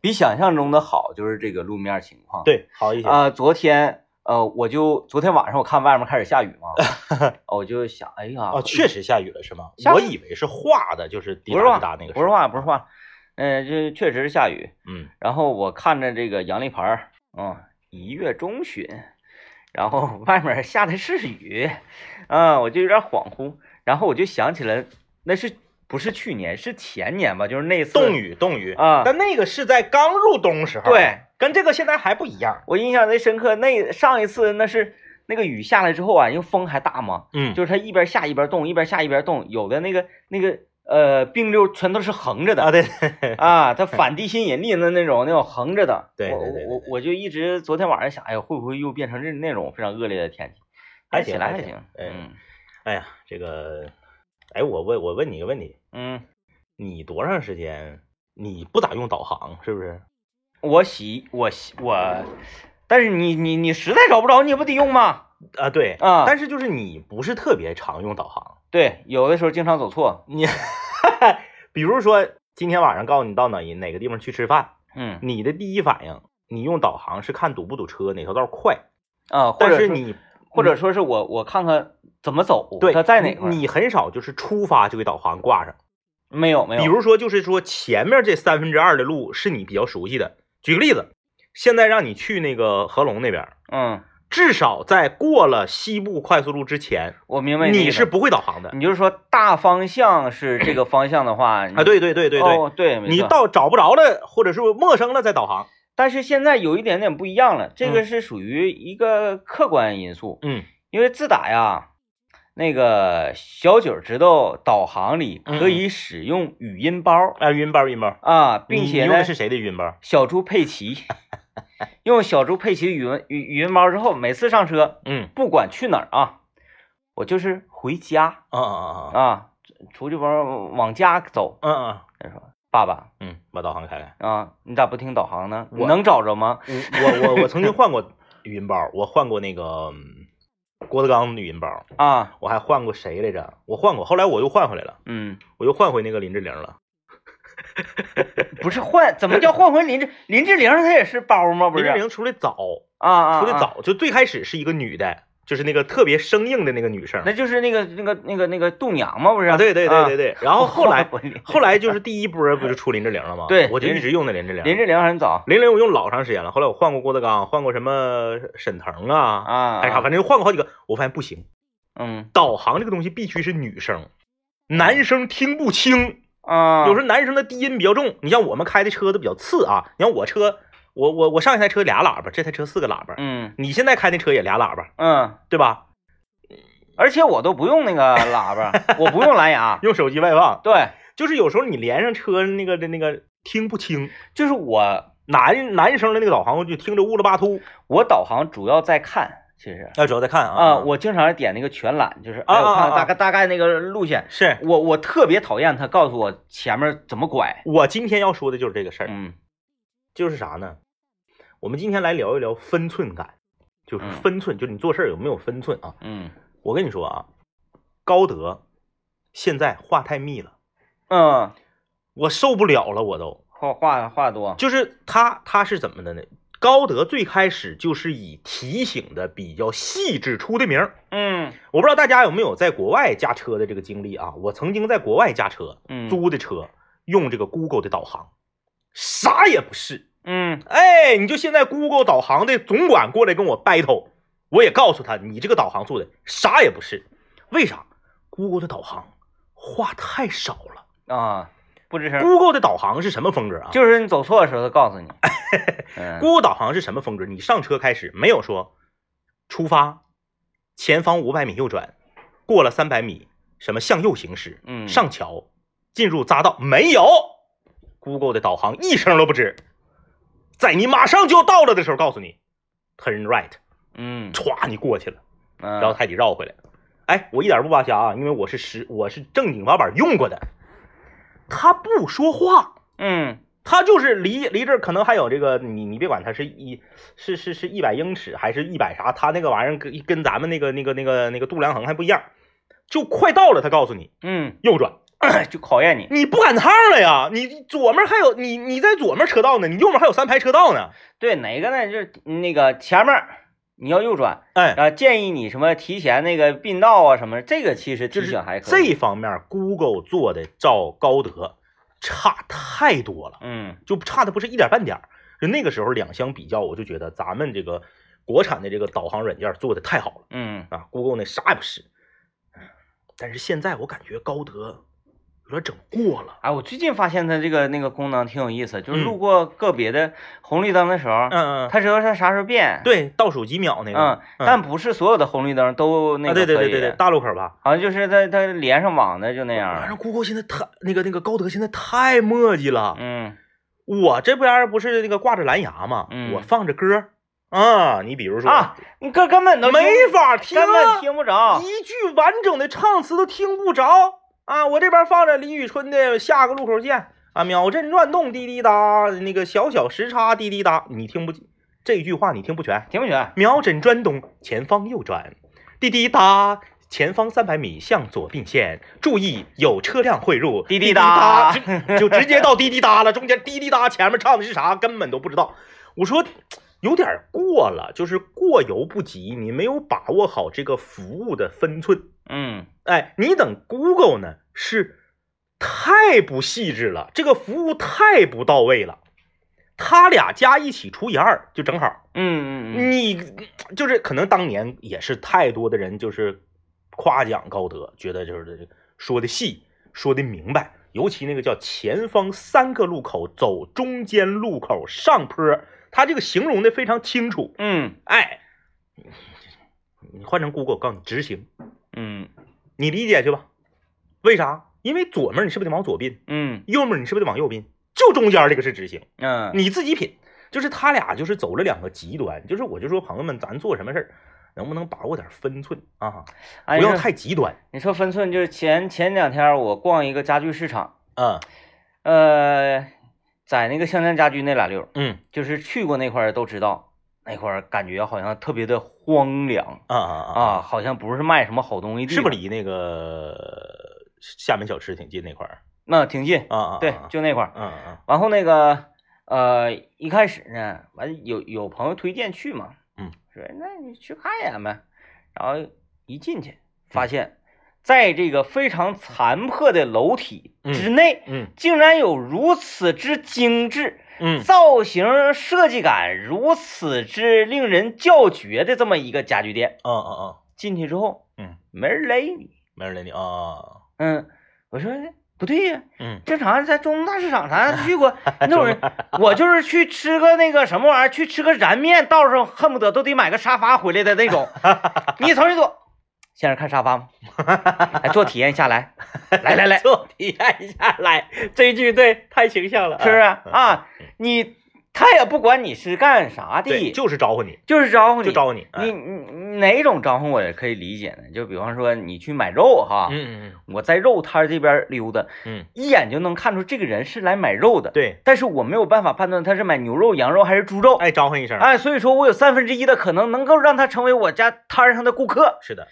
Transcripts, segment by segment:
比想象中的好，就是这个路面情况。对，好一些。啊、昨天呃，我就昨天晚上我看外面开始下雨 嘛，我就想，哎呀，哦，确实下雨了是吗？下我以为是画的，就是滴不是答画滴答那个。不是，画，不是画，嗯、这确实是下雨。嗯，然后我看着这个杨立牌儿，嗯，一月中旬，然后 外面下的是雨，啊，我就有点恍惚，然后我就想起来，那是不是去年？是前年吧？就是那次冻。雨冻雨啊但那个是在刚入冬时候，对，跟这个现在还不一样。我印象最深刻，那上一次那是那个雨下来之后啊，因为风还大嘛，嗯就是它一边下一边动，一边下一边动，有的那个那个呃冰溜全都是横着的啊，对，啊，它反地心引力的那种那种横着的。对对我对对我我我就一直昨天晚上想，哎呀，会不会又变成这那种非常恶劣的天气？还哎起行来还还行行，哎嗯 哎呀，这个，哎，我问我问你一个问题，嗯，你多长时间你不咋用导航是不是？我洗我洗我，但是你你你实在找不着，你不得用吗？啊，对啊但是就是你不是特别常用导航，对，有的时候经常走错，你，比如说今天晚上告诉你到哪一哪个地方去吃饭，嗯你的第一反应，你用导航是看堵不堵车，哪条道快，啊，或但者是说你或者说是我我看看怎么走，嗯对它在哪你块儿？你很少就是出发就给导航挂上。没有没有，比如说，就是说前面这三分之二的路是你比较熟悉的。举个例子，现在让你去那个合龙那边，嗯，至少在过了西部快速路之前，我明白你意思是不会导航的你就是说大方向是这个方向的话，啊！对对对对对，哦对，没你错到找不着了，或者是陌生了再导航。但是现在有一点点不一样了，这个嗯是属于一个客观因素，嗯，因为自打呀，那个小九知道导航里嗯可以使用语音包、啊，语音包语音包，啊，并你且你用呢的，是谁的语音包？小猪佩奇 用小猪佩奇语文语语音包之后，每次上车嗯，不管去哪儿啊，我就是回家啊啊啊啊，啊，出去玩往家走。嗯嗯他说：“爸爸嗯，把导航开开。啊，你咋不听导航呢？你我能找着吗？嗯我我我我曾经换过语音包，我换过那个嗯郭德纲的语音包，啊，我还换过谁来着？我换过，后来我又换回来了。嗯。”我又换回那个林志玲了，不是换，怎么叫换回林志 林志玲？她也是包吗？不是林志玲出来早，出啊啊，来啊，早，就最开始是一个女的，就是那个特别生硬的那个女生，那就是那个那个那个那个度娘吗？不是？啊，对对对对。对对，然后后 来换回林后来就是第一波不就出林志玲了吗？对我就一直用的林志玲，林志玲很早林志玲我用老长时间了，后来我换过郭德纲，换过什么沈腾啊，啊，哎呀，啊反正换过好几个，我发现不行，嗯导航这个东西必须是女生，男生听不清。啊，有时候男生的低音比较重，你像我们开的车都比较次啊。你看我车，我我我上一台车俩喇叭，这台车四个喇叭。嗯你现在开那车也俩喇叭，嗯，对吧？而且我都不用那个喇叭，我不用蓝牙， 用手机外放，对，就是有时候你连上车那个的那个听不清，就是我男男生的那个导航就听着乌了吧秃。我导航主要在看，其实要主要再看啊，啊，我经常点那个全览，就是啊哎我啊看啊大概大概那个路线，是我我特别讨厌他告诉我前面怎么拐，我今天要说的就是这个事儿，嗯就是啥呢？我们今天来聊一聊分寸感，就是嗯分寸，就是你做事儿有没有分寸啊？嗯我跟你说啊，高德现在话太密了。嗯，我受不了了，我都话话话多，就是他他是怎么的呢？高德最开始就是以提醒的比较细致出的名儿，嗯我不知道大家有没有在国外驾车的这个经历啊？我曾经在国外驾车，嗯租的车用这个 Google 的导航，啥也不是。嗯哎，你就现在 Google 导航的总管过来跟我 battle，我也告诉他你这个导航做的啥也不是，为啥？Google 的导航话太少了。啊，不吱声， Google 的导航是什么风格啊？就是你走错的时候他告诉 你。嗯 Google 导航是什么风格？你上车开始没有说出发，前方五百米右转，过了三百米，什么向右行驶，嗯上桥，进入匝道，没有。Google 的导航一声都不吱，在你马上就要到了的时候告诉你，turn right，嗯，歘，你过去了，然后嗯还得绕回来。哎，我一点不扒瞎啊，因为我是实，我是正经八板用过的。他不说话。嗯它就是离离这儿可能还有这个，你你别管它是一是是是一百英尺还是一百啥，它那个玩意儿跟跟咱们那个那个那个那个度量衡还不一样，就快到了，它告诉你嗯右转， 就考验你。你不赶趟了呀？你左面还有你，你在左面车道呢，你右面还有三排车道呢。对哪个呢？就是那个前面儿你要右转，哎，啊，建议你什么提前那个并道啊什么，这个其实就提是醒还可这以。一方面，Google 做的照高德差太多了，嗯就差的不是一点半点儿。就那个时候两相比较，我就觉得咱们这个国产的这个导航软件做的太好了嗯，啊，Google 那啥也不是。但是现在我感觉高德有点整过了。哎，我最近发现它这个那个功能挺有意思，就是嗯路过个别的红绿灯的时候，嗯嗯，它知道它啥时候变。，对，倒数几秒那个。嗯，啊但不是所有的红绿灯都那个对对可对以嗯对对，大路口吧。好像就是它它连上网的就那反正样。 Google 现在太那个那个高德现在太墨迹了。嗯我这边儿不是那个挂着蓝牙嘛，嗯我放着歌儿啊，你比如说啊，你根根本都听没法听啊，根本听不着。一句完整的唱词都听不着啊。我这边放着李宇春的《下个路口见》啊，秒针转动滴滴答，那个小小时差滴滴答，你听不这一句话你听不全，听不全。秒针转动，前方右转，滴滴答。前方三百米向左并线，注意有车辆汇入。滴滴答滴滴答就 就直接到滴滴答了。中间滴滴答前面唱的是啥，根本都不知道。我说有点过了，就是过犹不及，你没有把握好这个服务的分寸。嗯哎，你等 Google 呢是太不细致了，这个服务太不到位了。他俩加一起除以二就正好。嗯嗯嗯，你就是可能当年也是太多的人就是夸奖高德，觉得就是说的细，说的明白。尤其那个叫前方三个路口走中间路口上坡，他这个形容的非常清楚。嗯哎，你换成 Google，我告诉你直行，嗯你理解去吧。为啥？因为左面你是不是得往左并，嗯右面你是不是得往右并？就中间这个是直行。嗯，你自己品。就是他俩就是走了两个极端，就是我就说朋友们，咱做什么事儿，能不能把握点分寸啊？哎不你要说太极端。你说分寸就是前前两天我逛一个家具市场，嗯呃，在那个湘江家居那俩溜儿，嗯就是去过那块儿都知道，那块儿感觉好像特别的荒凉啊啊啊！啊，好像不是卖什么好东西地是不方是离那个厦门小吃挺近那块儿？那挺近，啊啊，对啊，就那块儿。嗯嗯然后那个呃，一开始呢，完有有朋友推荐去嘛，嗯，说那你去看一眼呗。然后一进嗯去，发现在这个非常残破的楼体之内，嗯竟然有如此之精致、嗯造型设计感如此之令人叫绝的这么一个家具店。嗯嗯嗯，进去之后，嗯，没人勒你，没人理你啊啊。嗯，我说不对呀、嗯正常在中大市场咱 去过那种人，我就是去吃个那个什么玩意儿，去吃个燃面，道上恨不得都得买个沙发回来的那 种。你从这坐，先生看沙发吗？哎，坐体验下来，来来来，啊 坐体验一下来，这句对，太形象了，是不是 啊？啊？你他也不管你是干啥对，的，就是招呼你，就是招呼就你。招呼你。哎你你哪种招呼我也可以理解呢？就比方说你去买肉哈，嗯嗯我在肉摊儿这边溜达，嗯嗯，一眼就能看出这个人是来买肉的。对，但是我没有办法判断他是买牛肉、羊肉还是猪肉，哎，招呼一声，哎，所以说我有三分之一的可能能够让他成为我家摊儿上的顾客。是的。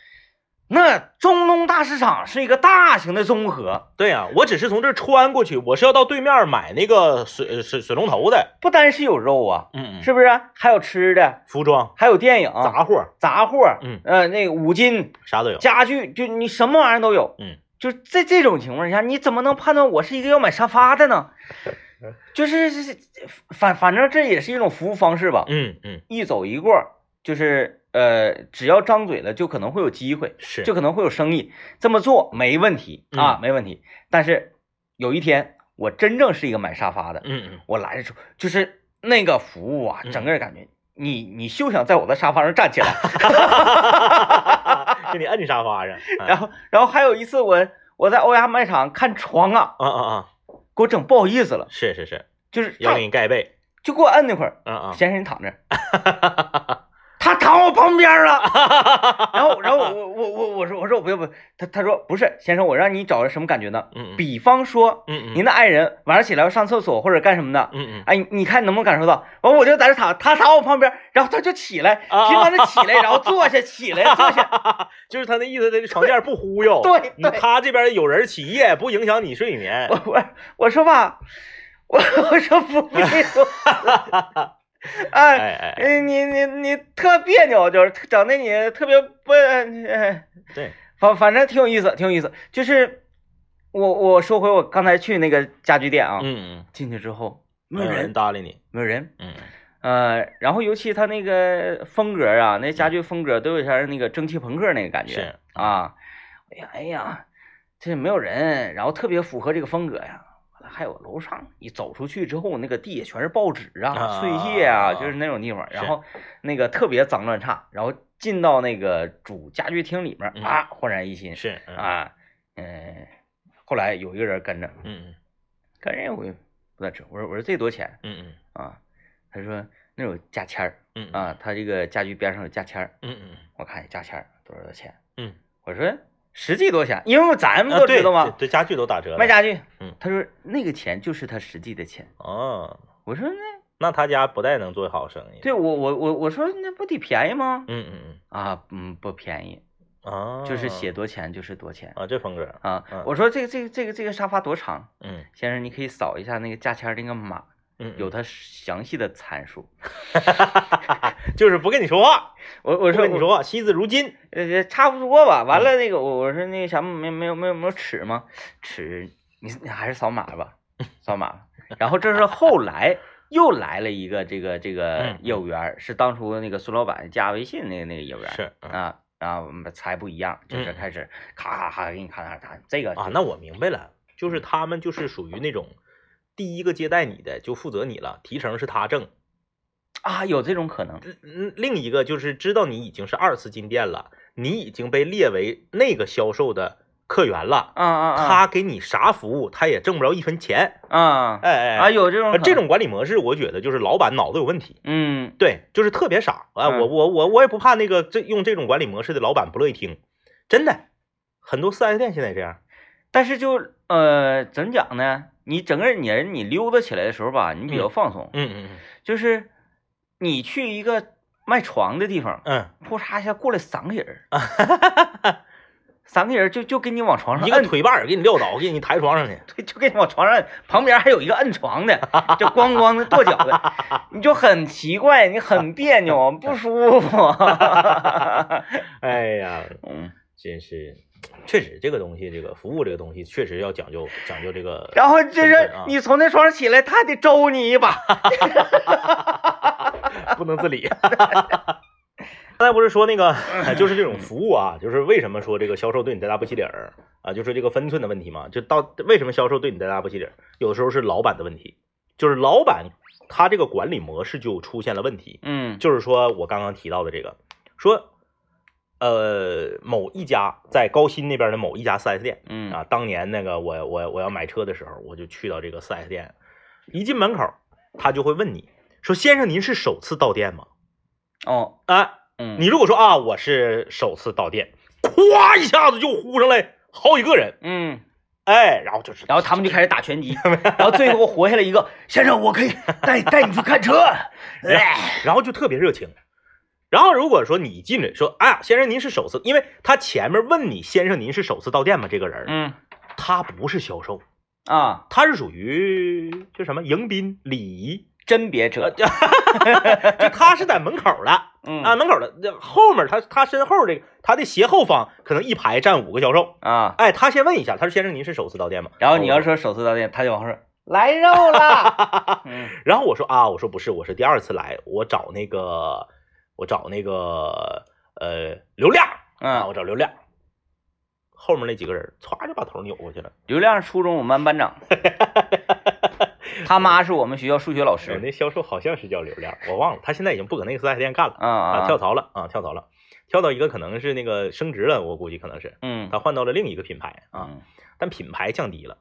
那中东大市场是一个大型的综合，对呀、我只是从这儿穿过去，我是要到对面买那个水呃水水龙头的，不单是有肉啊，嗯是是不是？还有吃的，服装、还有电影、杂货，杂货，嗯，呃，那个五金、啥都有。家具，就你什么玩意儿都有。嗯，就在这种情况下，你怎么能判断我是一个要买沙发的 呢？就是是是反反正这也是一种服务方式吧。嗯嗯，一走一过，就是呃，只要张嘴了，就可能会有机会，是嗯就可能会有生意。这么做没问题啊，没问题。但是有一天，我真正是一个买沙发的，嗯嗯，我来的时候就是那个服务啊，嗯整个人感觉你你休想在我的沙发上站起来。 给你摁 沙发上。啊然后然后还有一次我我在欧亚卖场看床啊，啊啊啊，给我整不好意思了，是是是，就是要他给你盖被。嗯就给我摁那会儿，啊啊，先生你躺这儿，他躺我我旁边 了。然后，然后我我我我说我说我不要不要，他他说不是先生，我让你找什么感觉呢？嗯嗯比方说，嗯您的爱人晚上起来要上厕所或者干什么的，嗯嗯哎，你看你能不能感受到？完我就在这躺，他躺我旁边，然后他就起来，啊频繁的起来，然后坐下，起来，坐下，嗯，就是他那意思，他这床垫不忽悠，对 对你他这边有人起夜，不影响你睡眠。我 我我说吧，我我说不 会说，哎哎哎，哎，你你你特别扭，就是整的你特别不， 哎 对，反反正挺有意思，挺有意思。就是我我说回我刚才去那个家具店啊，嗯嗯，进去之后没没有有人人，搭理你。没有人。嗯呃，然后尤其他那个风格啊，那家具风格都有点那个蒸汽朋克那个感觉，嗯是啊，哎呀哎呀，这没有人，然后特别符合这个风格呀。完了还有楼上，你走出去之后，那个地也全是报纸啊、啊碎屑啊，啊就是那种地方。然是后那个特别脏乱差，然后进到那个主家具厅里面嗯啊，焕然一新是，嗯啊。嗯，后来有一个人跟着，嗯跟着哎我也不咋吃，我说我说这多少钱嗯嗯啊？他说那有价签儿嗯啊，他这个家具边上有价签儿，嗯嗯我看价签儿多少多少钱。嗯，我说实际多少钱？因为咱嗯，们都知道啊嘛，对对，家具都打折了。卖家具。嗯，他说那个钱就是他实际的钱。哦，我说那那他家不带能做好生意。对我我我我说那不得便宜吗？嗯嗯啊，嗯，不便宜，嗯，啊，就是写多钱就是多钱啊，这风格，啊嗯。我说这个这个这个这个沙发多长？嗯先生，你可以扫一下那个价签儿那个码，嗯，有它详细的参数。嗯，就是不跟你说话，我我不说跟你说话，惜字如金。呃，差不多吧。嗯完了，那个我我说那个啥，没没有没有没有尺吗？尺，你你还是扫码吧，扫码。然后这是后来又来了一个这个这个嗯业务员儿，是当初那个孙老板加微信那个那个业务员儿，是嗯啊啊，才不一样，就是嗯开始咔咔咔给你咔咔咔，这个啊，就那我明白了，就是他们就是属于那种第一个接待你的就负责你了，提成是他挣。啊有这种可能，嗯嗯，另一个就是知道你已经是二次进店了，你已经被列为那个销售的客源了，啊啊啊，他给你啥服务他也挣不着一分钱。他啊哎哎，啊有这种可哎这能，种管理模式，我觉得就是老板脑子有问题。嗯对，就是特别傻啊！嗯我我我我也不怕那个这用这种管理模式的老板不乐意听，真的，很多四 S 店现在这样。但是就呃怎么讲呢？你整个人你溜达起来的时候吧，你比较嗯放松，嗯嗯就是你去一个卖床的地方，嗯扑嚓一下过来三个人儿， 三个人儿就就给你往床嗯，上一个摁，腿绊儿给你撂倒，给你抬床上去。对，就给你往床上摁，旁边还有一个摁床的，就咣咣的跺脚的， 你就很奇怪，你很别扭，不舒服。 哎呀，嗯，真是，确实这个东西，这个服务这个东西，确实要讲究讲究这个。然后就真是是啊你从那床上起来，他还得周你一把。不能自理。 刚才不是说那个，呃就是这种服务啊，就是为什么说这个销售对你带大不起理儿啊，就是这个分寸的问题嘛。就到为什么销售对你带大不起理儿，有的时候是老板的问题，就是老板他这个管理模式就出现了问题。嗯就是说我刚刚提到的这个，说，呃，某一家在高新那边的某一家 4S 店，嗯啊，当年那个我我我要买车的时候，我就去到这个 4S 店，一进门口，他就会问你说：“先生，您是首次到店吗哦？”啊，嗯你如果说啊，我是首次到店，咵一下子就呼上来好几个人，嗯，哎，然后就是，然后他们就开始打拳 击，然后最后活下来一个先生，我可以带带你去看 车。哎然后就特别热情。然后如果说你一进来说，哎呀，先生您是首次，因为他前面问你先生您是首次到店吗？这个人，嗯他不是销售，啊，他是属于就什么迎宾礼仪，甄别呃者，就他是在门口的。嗯啊，门口的这后面他他身后这个他的斜后方可能一排站五个销售。啊，哎，他先问一下，他说先生您是首次到店吗？然后你要我，说首次到店，他就往后说来肉 了，嗯然后我说啊，我说不是，我是第二次来，我找那个我找那个呃刘亮啊，嗯，我找刘亮。后面那几个人歘就把头扭过去了。 刘亮是初中我们班班长，他妈是我们学校数学老我师，那销售好像是叫刘亮，我忘了，他现在已经不搁那个四 S 店干了啊啊，啊，跳槽了啊，跳槽了，跳到一个可能是那个升职了，我估计可能是嗯他换到了另一个品牌啊，嗯但品牌降低了。啊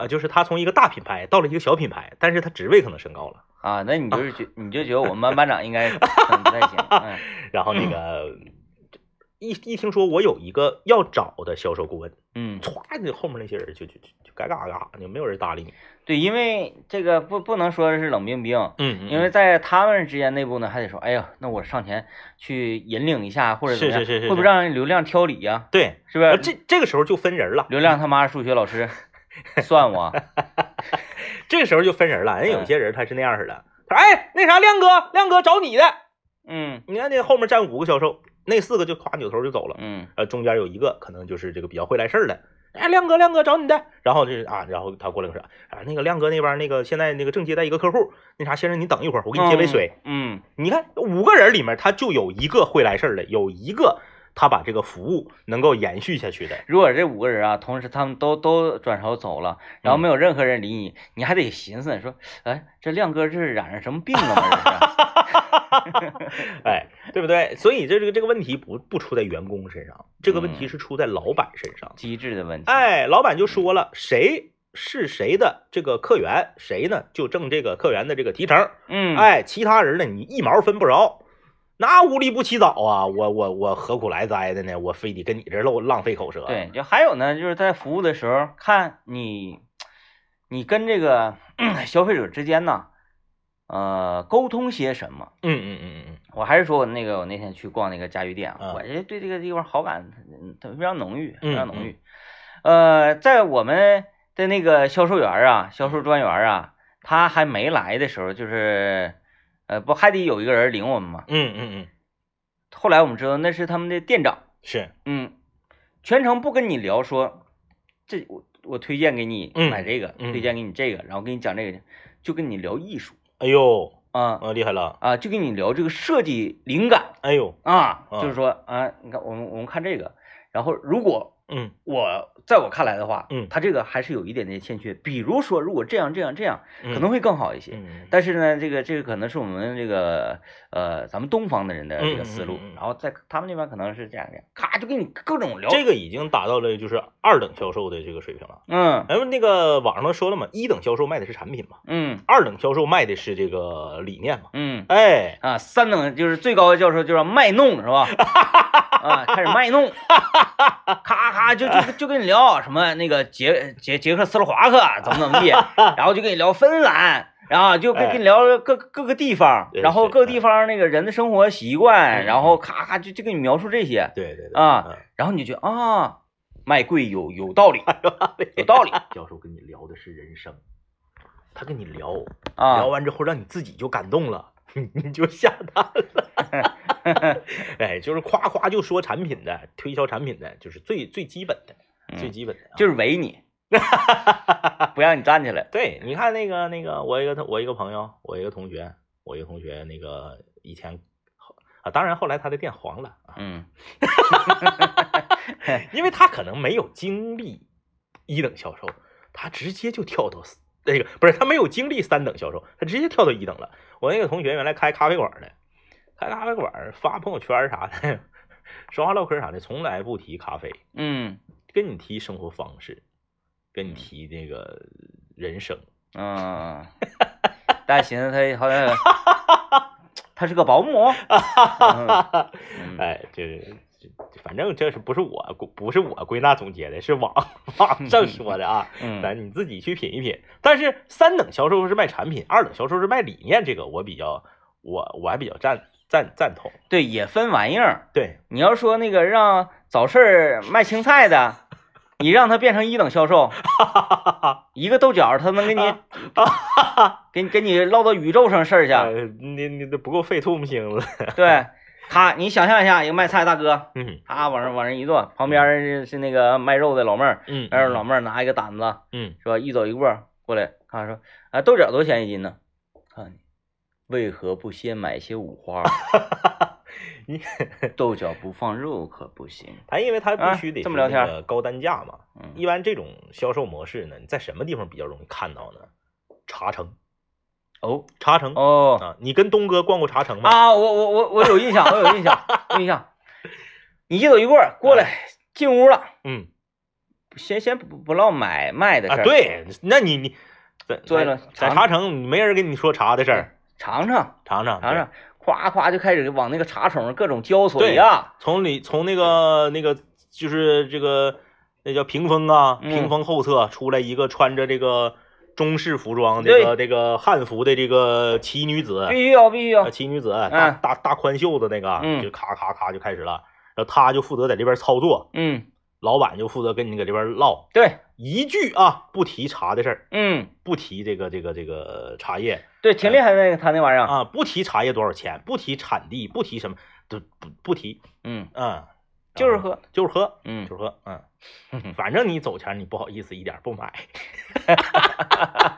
啊，就是他从一个大品牌到了一个小品牌，但是他职位可能升高了啊啊，那你就是觉、 你就觉得我们班班长应该很不太行，嗯然后那个一一听说我有一个要找的销售顾问，嗯，歘，就后面那些人就就就就该干啥干啥，就没有人搭理你。对，因为这个不不能说是冷冰冰，嗯因为在他们之间内部呢，还得说，哎呀，那我上前去引领一下，或者怎么样，是是是是会不会让人流量挑理呀、对，是不是？呃这这个时候就分人了，流量他妈数学老师 算 我，这个时候就分人了。哎人有嗯些人他是那样式的，他说哎，那啥，亮哥，亮哥找你的。嗯你看那后面站五个销售，那四个就夸扭头就走了。嗯呃，中间有一个可能就是这个比较会来事儿的，哎，亮哥，亮哥找你的。然后就是啊，然后他过来说啊，那个亮哥那边那个现在那个正接待一个客户，那啥先生你等一会儿，我给你接杯水。嗯，你看五个人里面，他就有一个会来事儿的，有一个他把这个服务能够延续下去的。如果这五个人啊，同时他们都都转头走了，然嗯后没有任何人理你，你还得寻思说，哎，这亮哥这是染上什么病了吗？这是？哎，对不对？所以这这个这个问题不不出在员工身上，这个问题嗯是出在老板身上。机制的问题。哎，老板就说了，谁是谁的这个客源，谁呢就挣这个客源的这个提成。嗯，，哎，其他人呢你一毛分不着，那无利不起早啊！我我我何苦来哉的呢？我非得跟你这漏浪费口舌。，对，就还有呢，就是在服务的时候，看你，你跟这个 消费者之间呢，呃，沟通些什么。嗯嗯嗯嗯我还是说我那个，我那天去逛那个家具店啊，嗯我这对这个地方好感嗯它非常浓郁，嗯非常浓郁。呃，在我们的那个销售员啊，销售专员啊，他还没来的时候，就是，呃，不还得有一个人领我们吗？嗯嗯嗯，后来我们知道那是他们的店长，是，嗯，全程不跟你聊说，这我我推荐给你嗯买这个，嗯推荐给你这个，然后跟你讲这个，就跟你聊艺术哎呦，啊啊厉害了，啊，就跟你聊这个设计灵感哎呦，啊，啊就是说啊，你看我们我们看这个，然后如果嗯我在我看来的话，嗯他这个还是有一点点欠缺，比如说如果这样这样这样，嗯，可能会更好一些。嗯，但是呢，这个这个可能是我们这个呃，咱们东方的人的这嗯嗯个思路，嗯嗯然后在他们那边可能是这样这样，咔就跟你各种聊，这个已经达到了就是二等销售的这个水平了。嗯哎，那个网上说了嘛，一等销售卖的是产品嘛，嗯二等销售卖的是这个理念嘛。嗯哎，啊，三等就是最高的教授就是卖弄是吧？啊，开始卖弄，咔咔就就就跟你聊什么那个捷捷捷克斯洛伐克啊怎么怎么地，然后就跟你聊芬兰。然后就跟哎跟你聊各各个地方，对然后是各个地方那个人的生活习惯，嗯然后咔咔就就跟你描述这些，对对嗯对，啊，然后你就觉得啊，卖贵有有道理，有道理教授跟你聊的是人生，他跟你聊，聊啊，完之后让你自己就感动了， 你就下单了。 哎，就是夸夸就说产品的推销产品的，就是最最基本的，最嗯基本的、啊。就是围你，不让你站起来，对，你看那个那个，我一个我一个朋友，我一个同学，我一个同学，那个以前啊，当然后来他的店黄了啊，嗯因为他可能没有经历一等销售，他直接就跳到四那个不是他没有经历三等销售，他直接跳到一等了。我那个同学原来开咖啡馆的，开咖啡馆发朋友圈啥的，说话唠嗑啥的，从来不提咖啡，嗯跟你提生活方式，跟你提这个人生。嗯，但寻思他好像他是个保姆，嗯哎，就是这反正这是不是我不是我归纳总结的，是网网上说的啊，嗯咱你自己去品一品。但是三等销售是卖产品，二等销售是卖理念，这个我比较我我还比较赞赞赞同。对，也分玩意儿。对，你要说那个让早市卖青菜的，你让他变成一等销售，一个豆角儿他能给你给你给你唠到宇宙上事儿去。呃，你你都不够费吐沫星了。 对他，你想象一下，一个卖菜大哥，嗯他往上往上一坐，旁边是那个卖肉的老妹儿，嗯，然后老妹儿拿一个掸子，嗯是吧？一走一过儿过来，看说，啊，豆角多少钱一斤呢？看你为何不先买些五花？ 你，豆角不放肉可不行。他因为他啊必须得这是么聊天那个高单价嘛。嗯一般这种销售模式呢，你在什么地方比较容易看到呢？茶城，哦茶城哦啊，你跟东哥逛过茶城吗？啊，我我我我有印象，我有印象，有印象。你一走一过儿过来，哎进屋了，嗯。先先不不唠买卖的事啊，儿，对，那你你在坐下了在尝茶城，没人跟你说茶的事儿，尝尝尝嗯尝尝啊对尝，夸夸就开始往那个茶桶上各种啊浇水呀、从里从那个那个就是这个那叫屏风啊，嗯屏风后侧出来一个穿着这个中式服装这个这个汉服的这个奇女子必，须要必须要呃，奇女子大哎嗯大大宽袖子那个，嗯就咔咔咔就开始了，然后他就负责在这边操作，嗯，老板就负责跟你搁这边唠，对，一句啊不提茶的事儿，嗯，不提这个这个这个茶叶对，挺厉害那个他那玩意儿，啊，不提茶叶多少钱，不提产地，不提什么，都不不提，嗯，嗯，就是喝，就是喝。嗯就，是说，嗯，哼哼反正你走前儿你不好意思一点儿不买，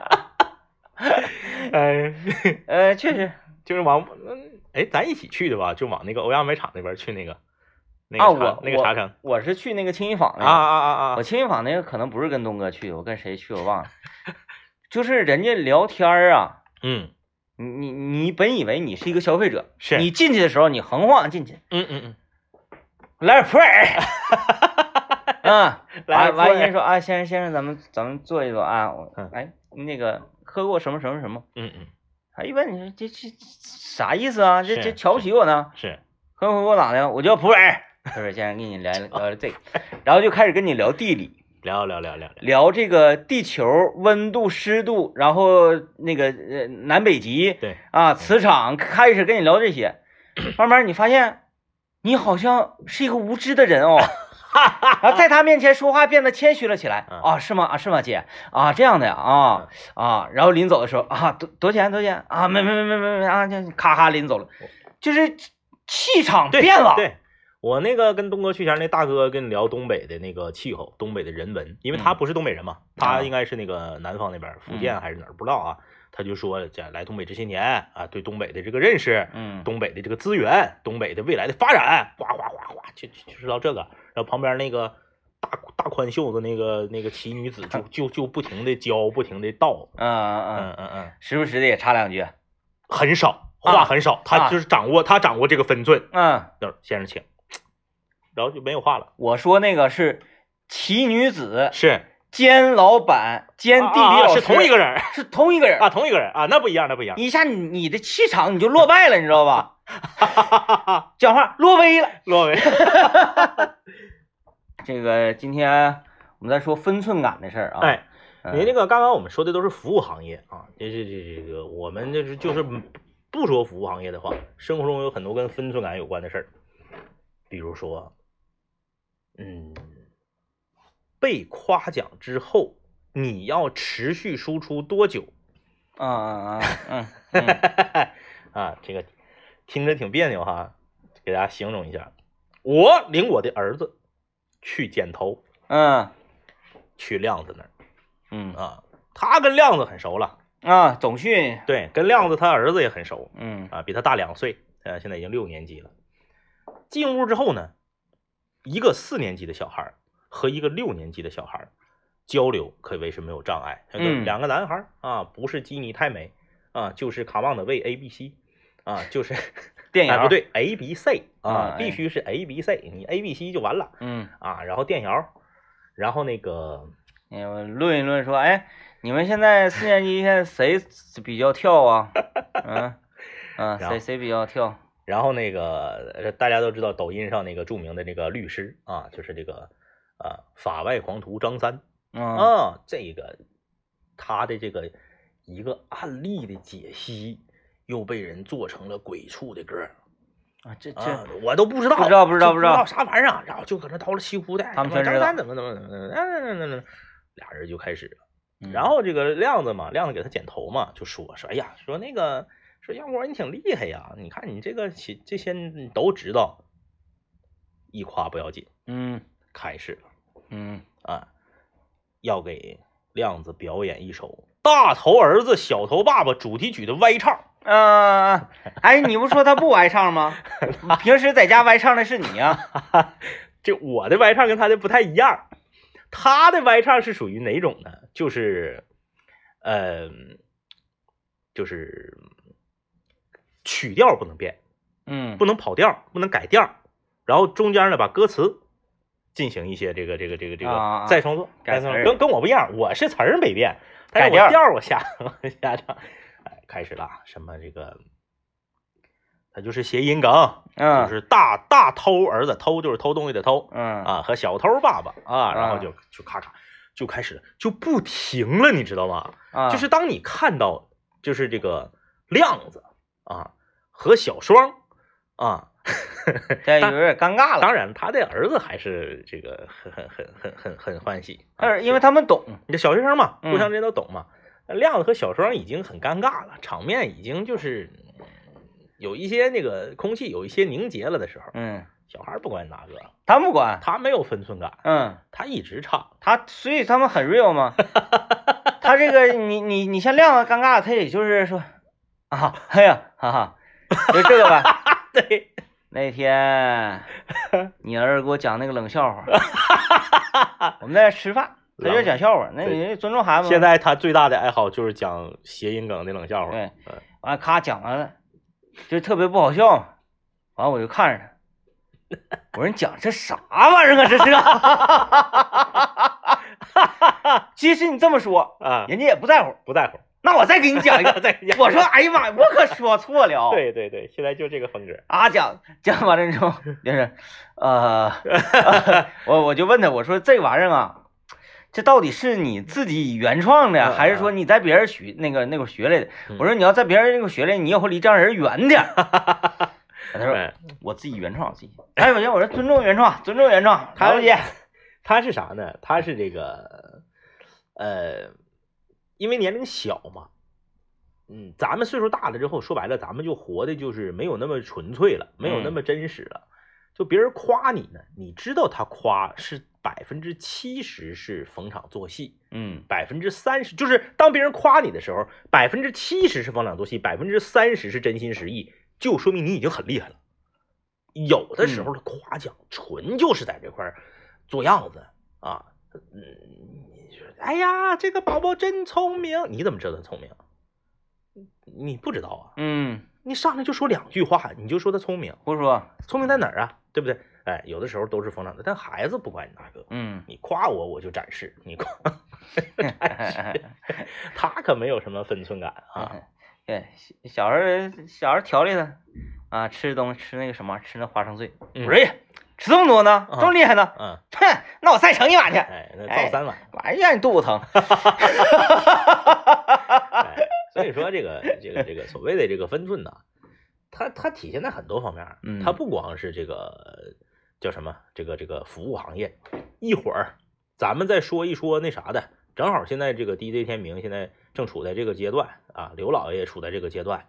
哎， 呃，确实就是往，嗯哎，咱一起去的吧，就往那个欧亚美厂那边儿去那个，那啊，个茶、我那个茶城我我是去那个青衣坊啊那个，啊啊我啊，青衣坊那个可能不是跟东哥去，我跟谁去我忘了，就是人家聊天儿啊。嗯你你你本以为你是一个消费者，是你进去的时候你横晃进去，嗯嗯来点普洱， 啊，来完点普洱完人说啊，先生先生，咱们咱们坐一坐啊，我嗯哎那个喝过什么什么什么，嗯嗯他一问你这这这啥意思啊？这是这瞧不起我呢嗯，？是，喝不喝我咋的？我叫普 洱，普洱先生跟你聊聊聊这个，然后就开始跟你聊地理。聊聊聊聊聊，聊这个地球温度、湿度，然后那个呃南北极，对啊，磁场，开始跟你聊这 些，慢慢你发现你好像是一个无知的人 哦，然后在他面前说话变得谦虚了起来嗯啊，是吗？啊，是吗，姐啊，这样的呀啊啊，然后临走的时候啊，多多少钱？多少钱啊？没没没没没没啊，这咔咔临走了，就是气场 对变了，对。我那个跟东哥去前儿那大哥跟你聊东北的那个气候，东北的人文，因为他嗯不是东北人嘛，啊嗯他应该是那个南方那边儿，福建还是哪儿不知道啊。他就说这来东北这些年啊，对东北的这个认识，嗯，东北的这个资源，东北的未来的发展，哗哗哗哗，就就就知道这个。然后旁边那个大大宽袖子那个那个奇女子 就就就不停的教，不停的道，嗯嗯嗯嗯，嗯嗯，时不时的也插两句，很少啊话很少，啊他就是掌握他掌握这个分寸。嗯。就是先生请，然后就没有话了。我说那个是奇女子是兼老板兼地啊理啊老师，是同一个人儿是同一个人。啊，同一个人啊，那不一样，那不一样。一下你你的气场你就落败了，你知道吧？哈哈哈哈， 讲话落威了。罗伟，这个今天我们再说分寸感的事儿啊。哎，嗯，您这个刚刚我们说的都是服务行业啊，这这这这个我们就是就是不说服务行业的话，生活中有很多跟分寸感有关的事儿，比如说，嗯，被夸奖之后，你要持续输出多久？嗯嗯嗯嗯嗯 啊，这个听着挺别扭哈，给大家形容一下，我领我的儿子去剪头，嗯去亮子那儿嗯啊，他跟亮子很熟了，嗯啊，总训，对，跟亮子他儿子也很熟。嗯啊，比他大两岁，呃，现在已经六年级了。进屋之后呢，一个四年级的小孩儿和一个六年级的小孩儿交流可谓是没有障碍。呃嗯两个男孩儿啊，不是基尼泰美啊，就是卡旺的胃 A B C 啊，就是电影哎不，对 A B C 啊啊，哎必须是 A B C，你 A B C 就完了嗯，啊。然后电摇，然后那个你们哎论一论说，哎，你们现在四年级现在谁比较跳啊？嗯嗯，然后谁谁比较跳？然后那个呃大家都知道抖音上那个著名的那个律师啊，就是这个呃法外狂徒张三。嗯啊，这个他的这个一个案例的解析，又被人做成了鬼畜的歌儿，啊，这这啊，我都不知道，不知道不知道就不不知道啥玩意儿，啊然后就搁那叨了西乎的，他们全张知道三怎么怎么怎么怎么，嗯嗯嗯嗯俩人就开始了。嗯然后这个亮子嘛，亮子给他剪头嘛，就说说，哎呀，说那个说杨果你挺厉害呀，你看你这个这这些你都知道，一夸不要紧，嗯开始了。嗯啊，要给亮子表演一首《大头儿子小头爸爸》主题曲的歪唱。啊，哎，你不说他不歪唱吗？平时在家歪唱的是你啊呀、这我的歪唱跟他的不太一样，他的歪唱是属于哪种呢？就是，呃，就是曲调不能变，嗯不能跑调，不能改调，然后中间呢把歌词。进行一些这个这个这个这啊个再创作，改再词创儿作跟跟我不一样，我是词儿没变，改但 是调儿我调儿我下我下唱，哎，开始了，什么这个，他就是谐音梗，就嗯是大大偷儿子，偷就是偷东西的偷嗯，啊，和小偷爸爸啊，然后啊就就咔咔就开始就不停了，你知道吗？啊就是当你看到就是这个亮子啊和小双啊，这有点尴尬了。当然他的儿子还是这个很很很很很很欢喜，啊但是因为他们懂，你这小学生嘛，嗯互相之间都懂嘛。亮子和小双已经很尴尬了，场面已经就是嗯有一些那个空气有一些凝结了的时候，嗯，小孩不管哪个，他们不管，他没有分寸感，嗯，他一直唱。他所以他们很 real 嘛。他这个你你你像亮啊尴尬，他也就是说啊，哎呀，哈哈，就这个吧。 对，那天你儿子给我讲那个冷笑 话，我们在这吃饭，他就讲笑话，那对你尊重孩子嘛。现在他最大的爱好就是讲谐音梗的冷笑话。对嗯，完了咔讲完了，就特别不好笑嘛。完了我就看着他，我说你讲这啥玩意儿啊？这是。 其实你这么说，啊，人家也不在乎。不 在乎。那我再给你讲 一个，再见我说哎呀妈呀，我可说错了。对对对，现在就这个风格。啊，讲讲完了之 后，就是，呃， 我我就问他，我说这玩意儿啊，这到底是你自己原创的，嗯还是说你在别人学那个那个学来的？嗯我说你要在别人那个学来，你以后离这样人远点 儿。他说嗯我自己原创，我自己。哎，我说我说尊重原创，尊重原创，他韩小姐，他是啥呢？他是这个，呃，因为年龄小嘛，嗯，咱们岁数大了之后，说白了，咱们就活的就是没有那么纯粹了，没有那么真实了。就别人夸你呢，你知道他夸是百分之七十是逢场作戏，嗯百分之三十就是当别人夸你的时候，百分之七十是逢场作戏，百分之三十是真心实意，就说明你已经很厉害了。有的时候的夸奖纯就是在这块儿做样子啊，嗯，你说哎呀，这个宝宝真聪明，你怎么知道他聪明？你不知道啊？嗯，你上来就说两句话，你就说他聪明，胡说，聪明在哪儿啊？对不对？哎，有的时候都是逢场的，但孩子不管你哪个，嗯，你夸我我就展示，你夸 哎他可没有什么分寸感啊。对，小孩儿小孩儿调理他，啊，吃东吃那个什么，吃那花生碎。嗯我说呀，吃这么多呢，啊这么厉害呢？嗯，哼，那我再盛一碗去。哎，那哎造 三碗。完让你肚子疼。哎，所以说这个这个这个所谓的这个分寸呐，它它体现在很多方面儿，嗯它不光是这个叫什么这个这个服务行业，一会儿咱们再说一说那啥的，正好现在这个 DJ 天明现在正处在这个阶段啊，刘老爷也处在这个阶段，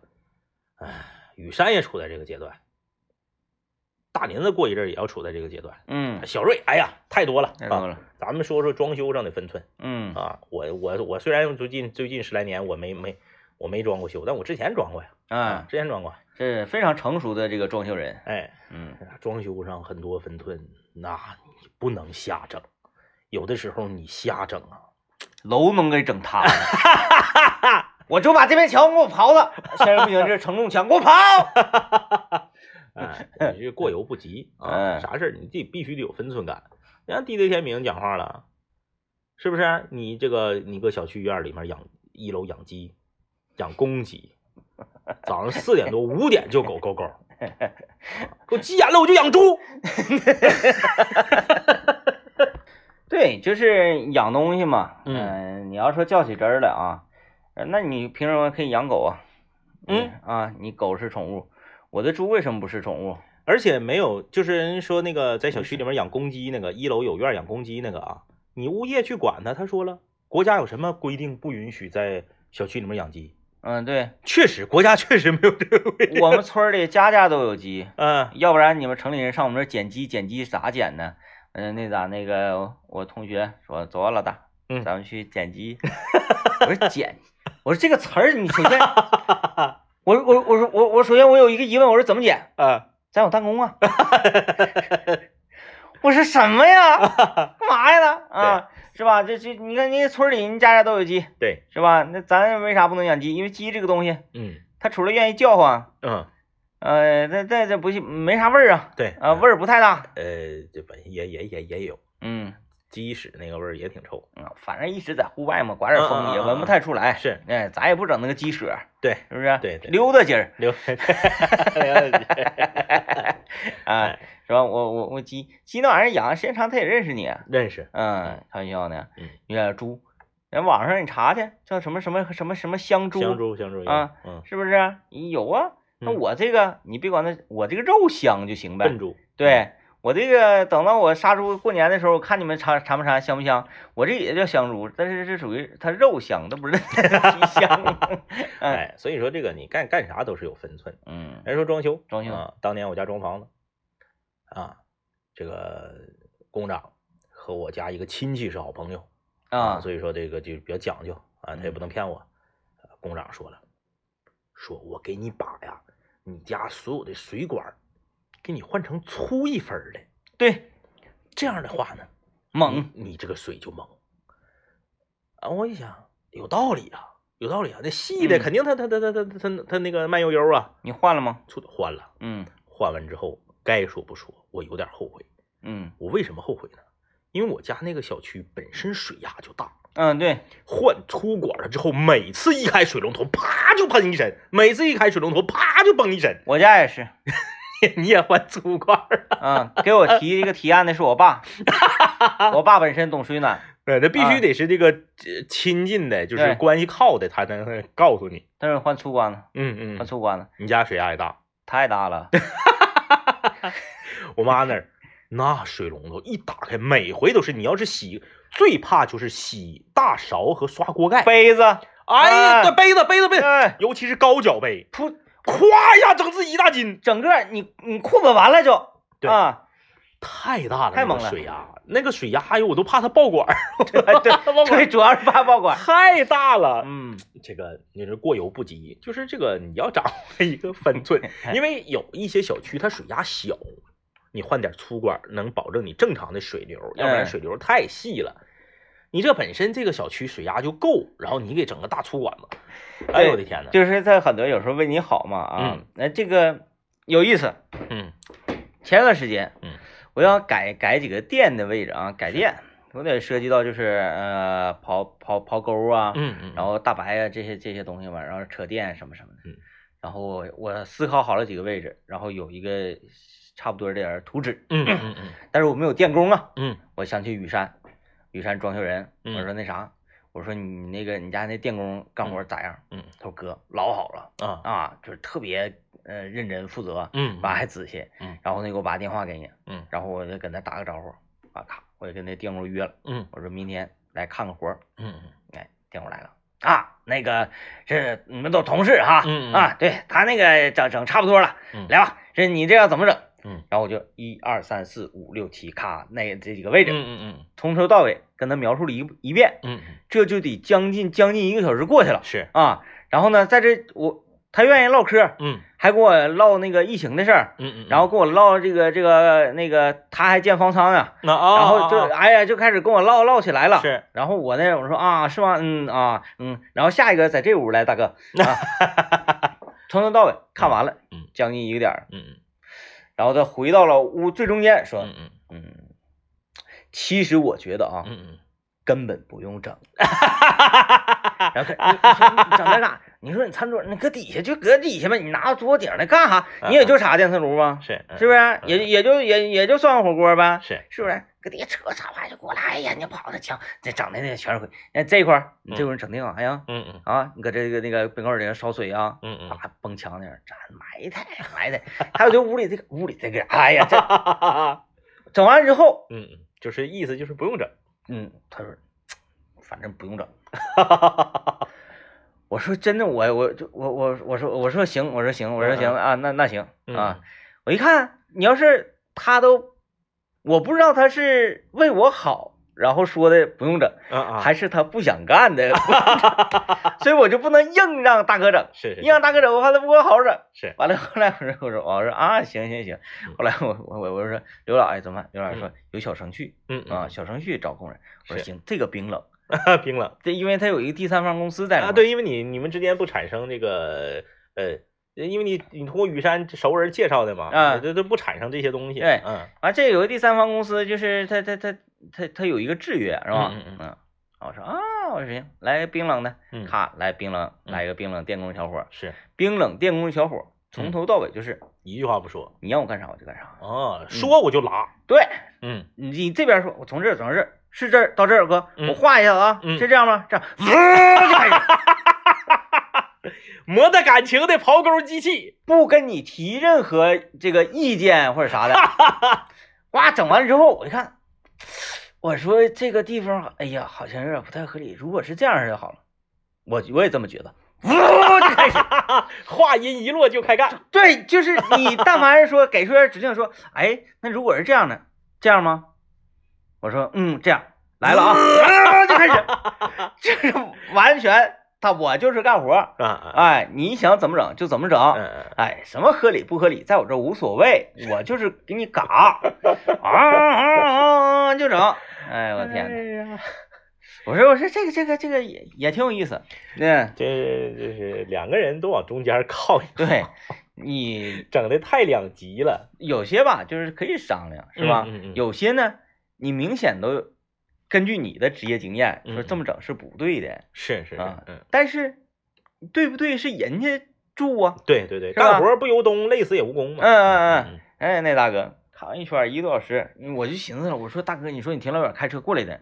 哎，雨山也处在这个阶段，大林子过一阵儿也要处在这个阶段，嗯，小瑞，哎呀，太多了太多啊，了。咱们说说装修上的分寸。嗯啊，我我我虽然最近最近十来年我没没我没装过修，但我之前装过呀，啊，之前装过。这是非常成熟的这个装修人。哎，嗯装修上很多分寸，那你不能瞎整，有的时候你瞎整啊，楼能给整塌了。 我就把这面墙给我刨了，现在不行，这是承重墙，给我刨。哎，你这过犹不及啊，哎啥事儿你得必须得有分寸感。人家地雷天明讲话了，是不是？你这个你搁小区院儿里面养一楼养鸡，养公鸡，早上四点多五点就狗狗狗，给我急眼了我就养猪。对，就是养东西嘛。嗯嗯，你要说较起真儿来啊，呃那你平时可以养狗啊。嗯啊，你狗是宠物，我的猪为什么不是宠物？而且没有，就是人说那个在小区里面养公鸡那个，一楼有院儿养公鸡那个啊，你物业去管他，他说了，国家有什么规定不允许在小区里面养鸡？嗯， 对确实，国家确实没有这个规定。我们村儿里家家都有鸡，嗯、要不然你们城里人上我们这儿捡鸡，捡鸡咋捡呢？嗯、那咋那个我同学说，走啊，老大，嗯咱们去捡 鸡。我说捡，我说这个词儿，你 首先，我说我我说我我首先我有一个疑问，我说怎么捡？啊，咱有弹弓啊。我说什么呀？干嘛呀呢？啊，是吧？这这你看人家村里人家家都有鸡，对，是吧？那咱为啥不能养鸡？因为鸡这个东西，嗯它除了愿意叫唤，嗯，呃，那那这不是没啥味儿啊，对啊、味儿不太大。呃，这本也也也也有，嗯，鸡屎那个味儿也挺臭。嗯，反正一直在户外嘛，刮点风也嗯嗯嗯闻不太出来。 是，哎，咱也不整那个鸡舍，对，是不是？对对溜达劲儿 刘，啊，是吧？我我我鸡鸡那玩意儿养时间长，它也认识你。啊认识，嗯，开玩笑呢。嗯，有点猪，人网上你查去，叫什么什么什么什么香猪，香猪，香猪啊，嗯，是不是啊？你有啊。那嗯我这个你别管它，我这个肉香就行呗。笨猪，对我这个，等到我杀猪过年的时候，我看你们尝尝不尝，香不香？我这也叫香猪，但是这属于它肉香，它不是 鸡香。嗯哎，所以说这个你干干啥都是有分寸。嗯人说装修，装修啊，当年我家装房子，啊，这个工长和我家一个亲戚是好朋友啊，所以说这个就比较讲究啊，他也嗯不能骗我。呃工长说了，说我给你把呀，你家所有的水管儿给你换成粗一分儿的，对，这样的话呢，猛，你你这个水就猛。啊，我一想有道理啊，有道理啊，那细的嗯肯定它它它它它它它那个慢悠悠啊，你换了吗？粗的换了，嗯换完之后该说不说，我有点后悔。嗯我为什么后悔呢？因为我家那个小区本身水压就大，嗯，对，换粗管了之后，每次一开水龙头，啪就喷一身；每次一开水龙头，啪就崩一身。 我家也是。你也换粗管儿啊？嗯，给我提这个提案的是我爸，我爸本身懂水暖， 对，那必啊须得是这个呃亲近的，就是对关系靠的，他才能告诉你。但是换粗管了，嗯换嗯，粗管了，你家水压也大？太大了。我妈那儿那水龙头一打开，每回都是你要是洗，最怕就是洗大勺和刷锅盖。杯 子，哎呀，哎这杯子杯子杯子，哎，尤其是高脚杯，噗，咵一下整自己一大筋，整个你你裤子完了就，对 啊，太大了，太猛那个了水压，那个水压，哎呦，我都怕它爆管儿，对对对，主要是怕爆 管。太大了。嗯，这个你是过犹不及，就是这个你要掌握一个分寸，因为有一些小区它水压小，你换点粗管儿能保证你正常的水流，要不然嗯水流太细了。你这本身这个小区水压就够，然后你给整个大粗管子，哎呦我的天呐，就是他很多有时候为你好嘛啊嗯，那、这个有意思。嗯前段时间，嗯，我要改改几个店的位置啊，改店，我得涉及到就是呃刨刨刨沟啊，嗯嗯，然后大白啊这些这些东西嘛，然后扯电什么什么的。嗯，然后我我思考好了几个位置，然后有一个差不多点儿图纸，嗯嗯嗯但是我没有电工啊。嗯我想去雨山，雨山装修人，嗯我说那啥，我说你那个你家那电工干活咋样？嗯他说哥老好了嗯啊啊，就是特别呃认真负责，嗯完还仔细，嗯然后呢给我把电话给你，嗯然后我就跟他打个招呼，啊咔，我就跟那电工约了，嗯我说明天来看个活儿，嗯哎，电工来了。啊，那个是你们都同事哈，嗯嗯啊，对他那个整整差不多了，嗯来吧，这你这要怎么整？嗯，然后我就一二三四五六七，咔，那这几个位置，嗯从头到尾跟他描述了一一遍，嗯嗯，这就得将近将近一个小时过去了是，啊。然后呢，在这我他愿意唠嗑，嗯还给我唠那个疫情的事儿，嗯嗯，然后跟我唠这个这个那个他还建方舱呀、那啊，然后就哎呀就开始跟我唠唠起来了。是，然后我呢，我说啊是吗？嗯啊嗯，然后下一个在这屋来，大哥，啊、 从头到尾看完了，嗯嗯将近一个点儿，嗯然后他回到了屋最中间，说嗯嗯嗯，其实我觉得啊，嗯嗯，根本不用 整。然后他你你说你整那干啥？你说你餐桌，你搁底下就搁底下呗，你拿桌顶那干啥？嗯你也就查电磁炉吗？是是不嗯是？也也就也也就涮个火锅呗，是，是不是？搁底下扯啥玩意儿就过来，哎呀，你跑的强，这整的那全是灰。哎，这一块儿你这块儿整的干啥呀？嗯嗯啊，你搁这个那个冰棍儿里头烧水啊？嗯嗯，啊，崩墙那儿，咱埋汰埋汰，还有这屋里这个屋里这个，哎 呀，这整完之后，嗯嗯，就是意思就是不用整，嗯，他说，反正不用 整。我说真的，我我就我我我说我说行，我说行，我说行嗯啊，那那行嗯啊。我一看，你要是他都，我不知道他是为我好，然后说的不用整，啊啊，还是他不想干 的， 所以我就不能硬让大哥整，是硬让大哥整，我怕他不给我好整。是，完了后来我说我说我说啊行行行嗯，后来我我我我说刘老爷哎怎么办？刘老爷说有小程序嗯啊，，小程序找工人。我是说行，这个冰冷， 冰冷这因为他有一个第三方公司在里啊，面。对，因为你你们之间不产生这个呃因为你你通过雨山熟人介绍的嘛，啊这都不产生这些东西，对嗯，完啊这有个第三方公司，就是他他他他他有一个制约是吧？嗯嗯嗯。啊我说啊，我说行，来个冰冷的，嗯咔，来冰冷，嗯来一个冰冷电工小伙，是冰冷电工小伙从嗯头到尾就是一句话不说，你让我干啥我就干啥，哦，说我就拉，对嗯，你你这边说，我从这儿走到这儿，是这儿到这儿，哥，嗯我画一下子啊，嗯是这样吗？这样，磨得感情的刨沟机器， 不跟你提任何这个意见或者 啥的。哇，整完了之后，我一看，我说这个地方，哎呀，好像有点不太合理。如果是这样就好了，我我也这么觉 得。就开始，话音一落就 开干，对，就是你但凡说给出点指令，说，哎，那如果是这样的，这样吗？我说，嗯，这样来了啊，就开始， 这是完全他我就是干活，啊啊，哎，你想怎么整就怎么整，嗯嗯，哎，什么合理不合理，在我这儿无所谓，我就是给你嘎，啊啊啊啊就整。哎，我天哪！哪，我说我说这个这个这个也也挺有意思，嗯，这这是两个人都往中间靠，对，你整的太两极了，有些吧就是可以商量，是吧？嗯嗯嗯有些呢，你明显都根据你的职业经验嗯说这么整是不对的，是是啊嗯，但是对不对是人家住啊，对对对，是吧干活不由东，累死也无功嘛，嗯嗯嗯，哎，那大哥扛一圈儿一个多小时，我就寻思了，我说大哥，你说你挺老远开车过来的，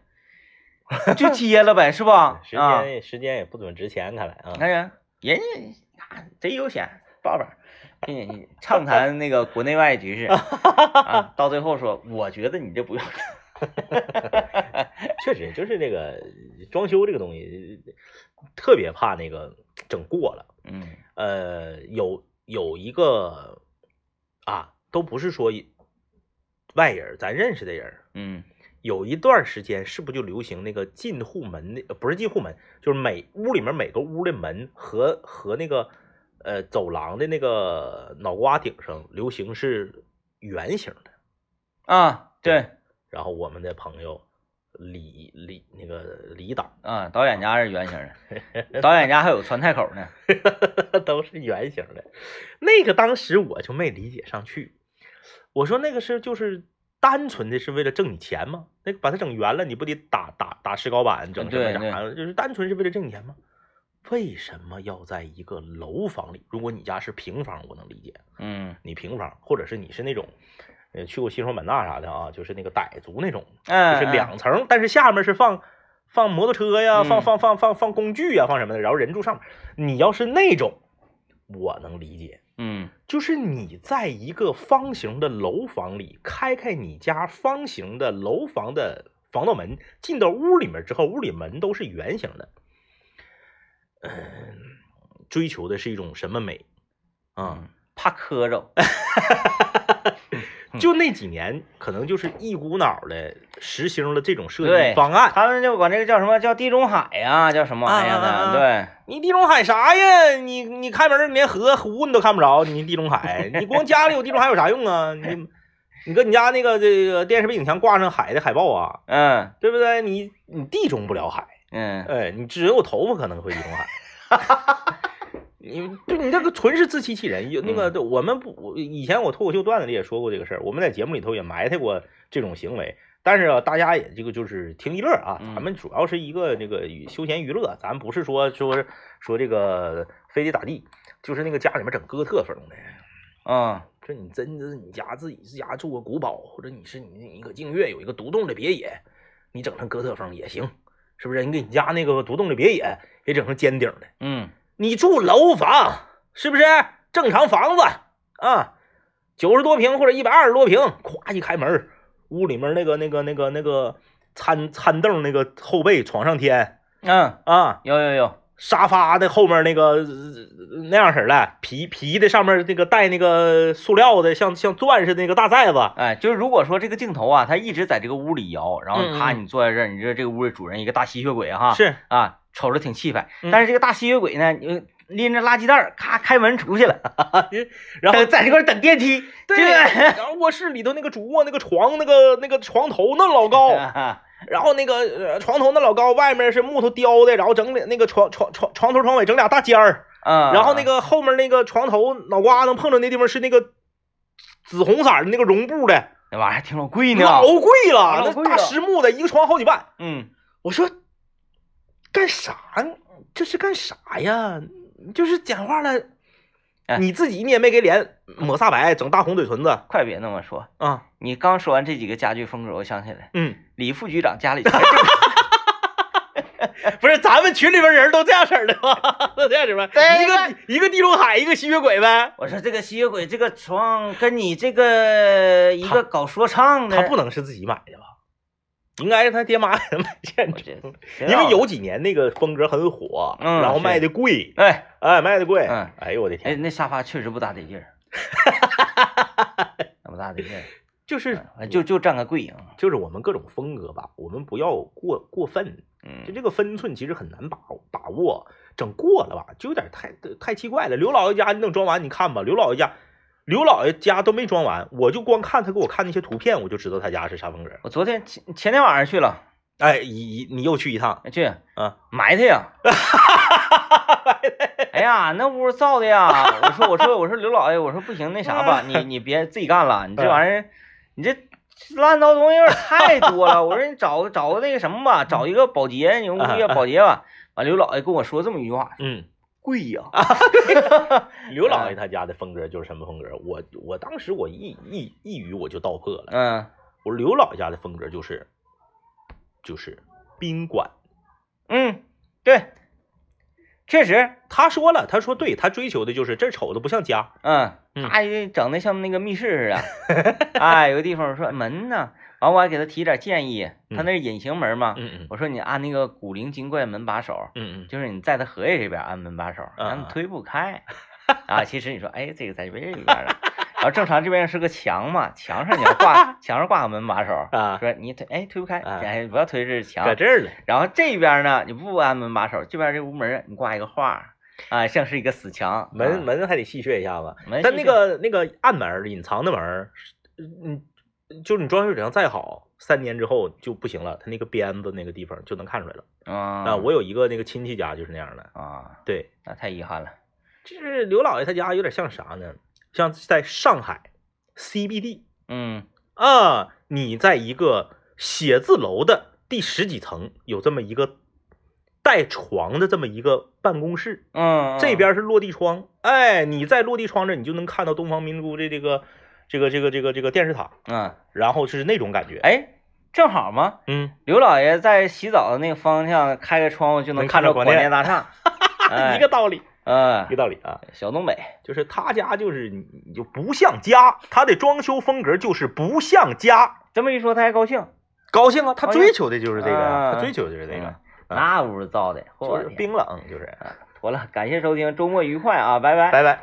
就接了呗，是吧？ 嗯时啊哎间，也时间也不怎么值钱，看来啊你，看人，人家啊贼悠闲，爸爸，跟你畅谈那个国内外局 势啊，到最后说，我觉得你这不用，确实就是这个装修这个东西，特别怕那个整过了。嗯呃，有有一个啊，都不是说一外人儿，咱认识的人儿，嗯有一段时间是不是就流行那个进户门的，呃不是进户门，就是每屋里面每个屋的门和和那个呃走廊的那个脑瓜顶上流行是圆形的。啊，对然后我们的朋友李李那个李导啊，导演家是圆形的，导演家还有川菜口呢， 都是圆形的，那个当时我就没理解上去，我说那个是就是单纯的是为了挣你钱吗？那个把它整圆了，你不得打打打石膏板，整什么对啥的，就是单纯是为了挣你钱吗？为什么要在一个楼房里？如果你家是平房，我能理解，嗯，你平房，或者是你是那种，呃，去过西双版纳啥的啊，就是那个傣族那种，哎， 就是两层，但是下面是放放摩托车呀，嗯放放放放放工具呀，放什么的，然后人住上面。你要是那种，我能理解，嗯，就是你在一个方形的楼房里开开你家方形的楼房的防盗门，进到屋里面之后，屋里门都是圆形的，嗯、追求的是一种什么美啊？嗯，怕磕着，嗯就那几年，可能就是一股脑的实行了这种设对计方案。他们就管这个叫什么叫地中海呀、叫什么玩意儿啊啊啊的？对，你地中海啥呀？你你开门连河湖你都看不着，你地中海，你光家里有地中海有啥用啊？你你搁你家那个这个电视背景墙挂上海的海报啊，嗯对不对？你你地中不了海，嗯，哎，你只有我头发可能会地中海。你对你这个纯是自欺欺人。有那个我们不，我以前我脱口秀段子里也说过这个事儿，我们在节目里头也埋汰过这种行为。但是啊，大家也这个就是听一乐啊，嗯咱们主要是一个这个娱休闲娱乐，咱不是说说说这个非得咋地，就是那个家里面整哥特风的，嗯说你真是你家自己自家住个古堡，或者你是你你搁净月有一个独栋的别野，你整成哥特风也行，是不是？你给你家那个独栋的别野也整成尖顶的，嗯你住楼房是不是？正常房子啊，九十多平或者一百二十多平，咵一开门，屋里面那个那个那个那个餐餐凳那个后背床上天嗯，啊，有有有，沙发的后面那个呃那样式儿的皮皮的上面那个带那个塑料的像像钻似的那个大寨子，啊哎，就是如果说这个镜头啊，它一直在这个屋里摇，然后咔嗯嗯你坐在这儿，你知道这个屋的主人一个大吸血鬼哈，是啊，瞅着挺气派，嗯但是这个大吸血鬼呢，你拎着垃圾袋儿咔开门出去了，然后等在这块儿等电梯， 对，然后卧室里头那个主卧那个床那个那个床头那老 高，啊然后那个、呃床头那老高外面是木头雕的，然后整俩那个床床床床头床尾整俩大尖儿，啊，然后那个后面那个床头脑瓜能碰着那地方是那个紫红色儿的那个绒布的，那玩意儿还挺老贵呢，老贵了，老那哎贵大了实木的一个床好几万。嗯我说干啥？这是干啥呀？就是讲话了哎，你自己你也没给脸抹煞白，整大红嘴唇子快别那么说，啊，你刚说完这几个家居风格，我想起来，嗯，李副局长家 里全是哎不是咱们群里边人都这样式儿的吗？都这样式儿吗？对一个一个地中海，一个吸血鬼呗。我说这个吸血鬼这个床跟你这个一个搞说唱的，他不能是自己买的吧？应该是他爹妈 给他买现我成觉得，因为嗯有几年那个风格很火，嗯然后是卖的贵，哎哎，卖的贵，嗯哎呦我的哎，天，那沙发确实不大得劲 儿，那不大得劲儿，就是 哎就就占个贵影，就是我们各种风格吧，我们不要过过分，嗯就，这个分寸其实很难把把握，整过了吧，就有点太太奇怪了。刘老爷家你等装完你看吧，刘老爷家，刘老爷家都没装完，我就光看他给我看那些图片，我就知道他家是啥风格。我昨天前前天晚上去了，哎，一一你又去一趟，哎去啊，埋汰 呀，哎呀，那屋造的呀，我说我说我说刘老爷，我说不行，那啥吧，你你别自己干了，你这玩意儿，你这乱糟东西有点太多了，我说你找找个那个什么吧，找一个保洁，你用啊物业保洁吧。完，刘老爷跟我说这么一句话，嗯，贵呀，刘老爷他家的风格就是什么风格？我我当时我一一一语我就道破了，嗯我说刘老爷家的风格就是就是宾馆。嗯，对，确实，他说了，他说对他追求的就是这儿瞅着不像家，嗯，嗯他也整的像那个密室似的， 哎，有个地方我说门呢，完我还给他提点建议，嗯他那是隐形门嘛，嗯嗯我说你按那个古灵精怪门把手，嗯就是你在他荷叶这边按门把手，嗯他们推不 开，啊，其实你说，哎，这个在这边这边的，然后正常这边是个墙嘛，墙上你要 挂，墙上挂个门把手，嗯啊，说你推，哎，推不开，啊哎，不要推这是墙，搁这儿了，然后这边呢，你不安门把手，这边这屋门你挂一个画，啊，像是一个死墙。门啊门还得戏谑一下子。门是但那哎这样个那个暗门儿隐藏的门儿，嗯，就是你装修质量再好，三年之后就不行了，他那个边子那个地方就能看出来了。啊，啊，我有一个那个亲戚家就是那样的，啊，对，那太遗憾了。就是刘老爷他家有点像啥呢？像在上海 CBD 嗯啊，你在一个写字楼的第十几层有这么一个带床的这么一个办公室，嗯，这嗯边是落地窗，哎，你在落地窗这儿你就能看到东方明珠的这个这个这个这个这个电视塔，嗯，然后是那种感觉，，哎，正好嘛，嗯，刘老爷在洗澡的那个方向开个窗户就能能看看到到广广。电大厦 哎一个道理，嗯一个，道理啊，小东北，就是他家就是你你就不像家，他的装修风格就是不像家。这么一说他还高兴。高兴啊，他高追兴求的就是这个呀，啊他追求的就是这个嗯，那屋造的，就我是天，冰冷，就是，哎妥了，感谢收听，周末愉快啊，拜拜。拜拜。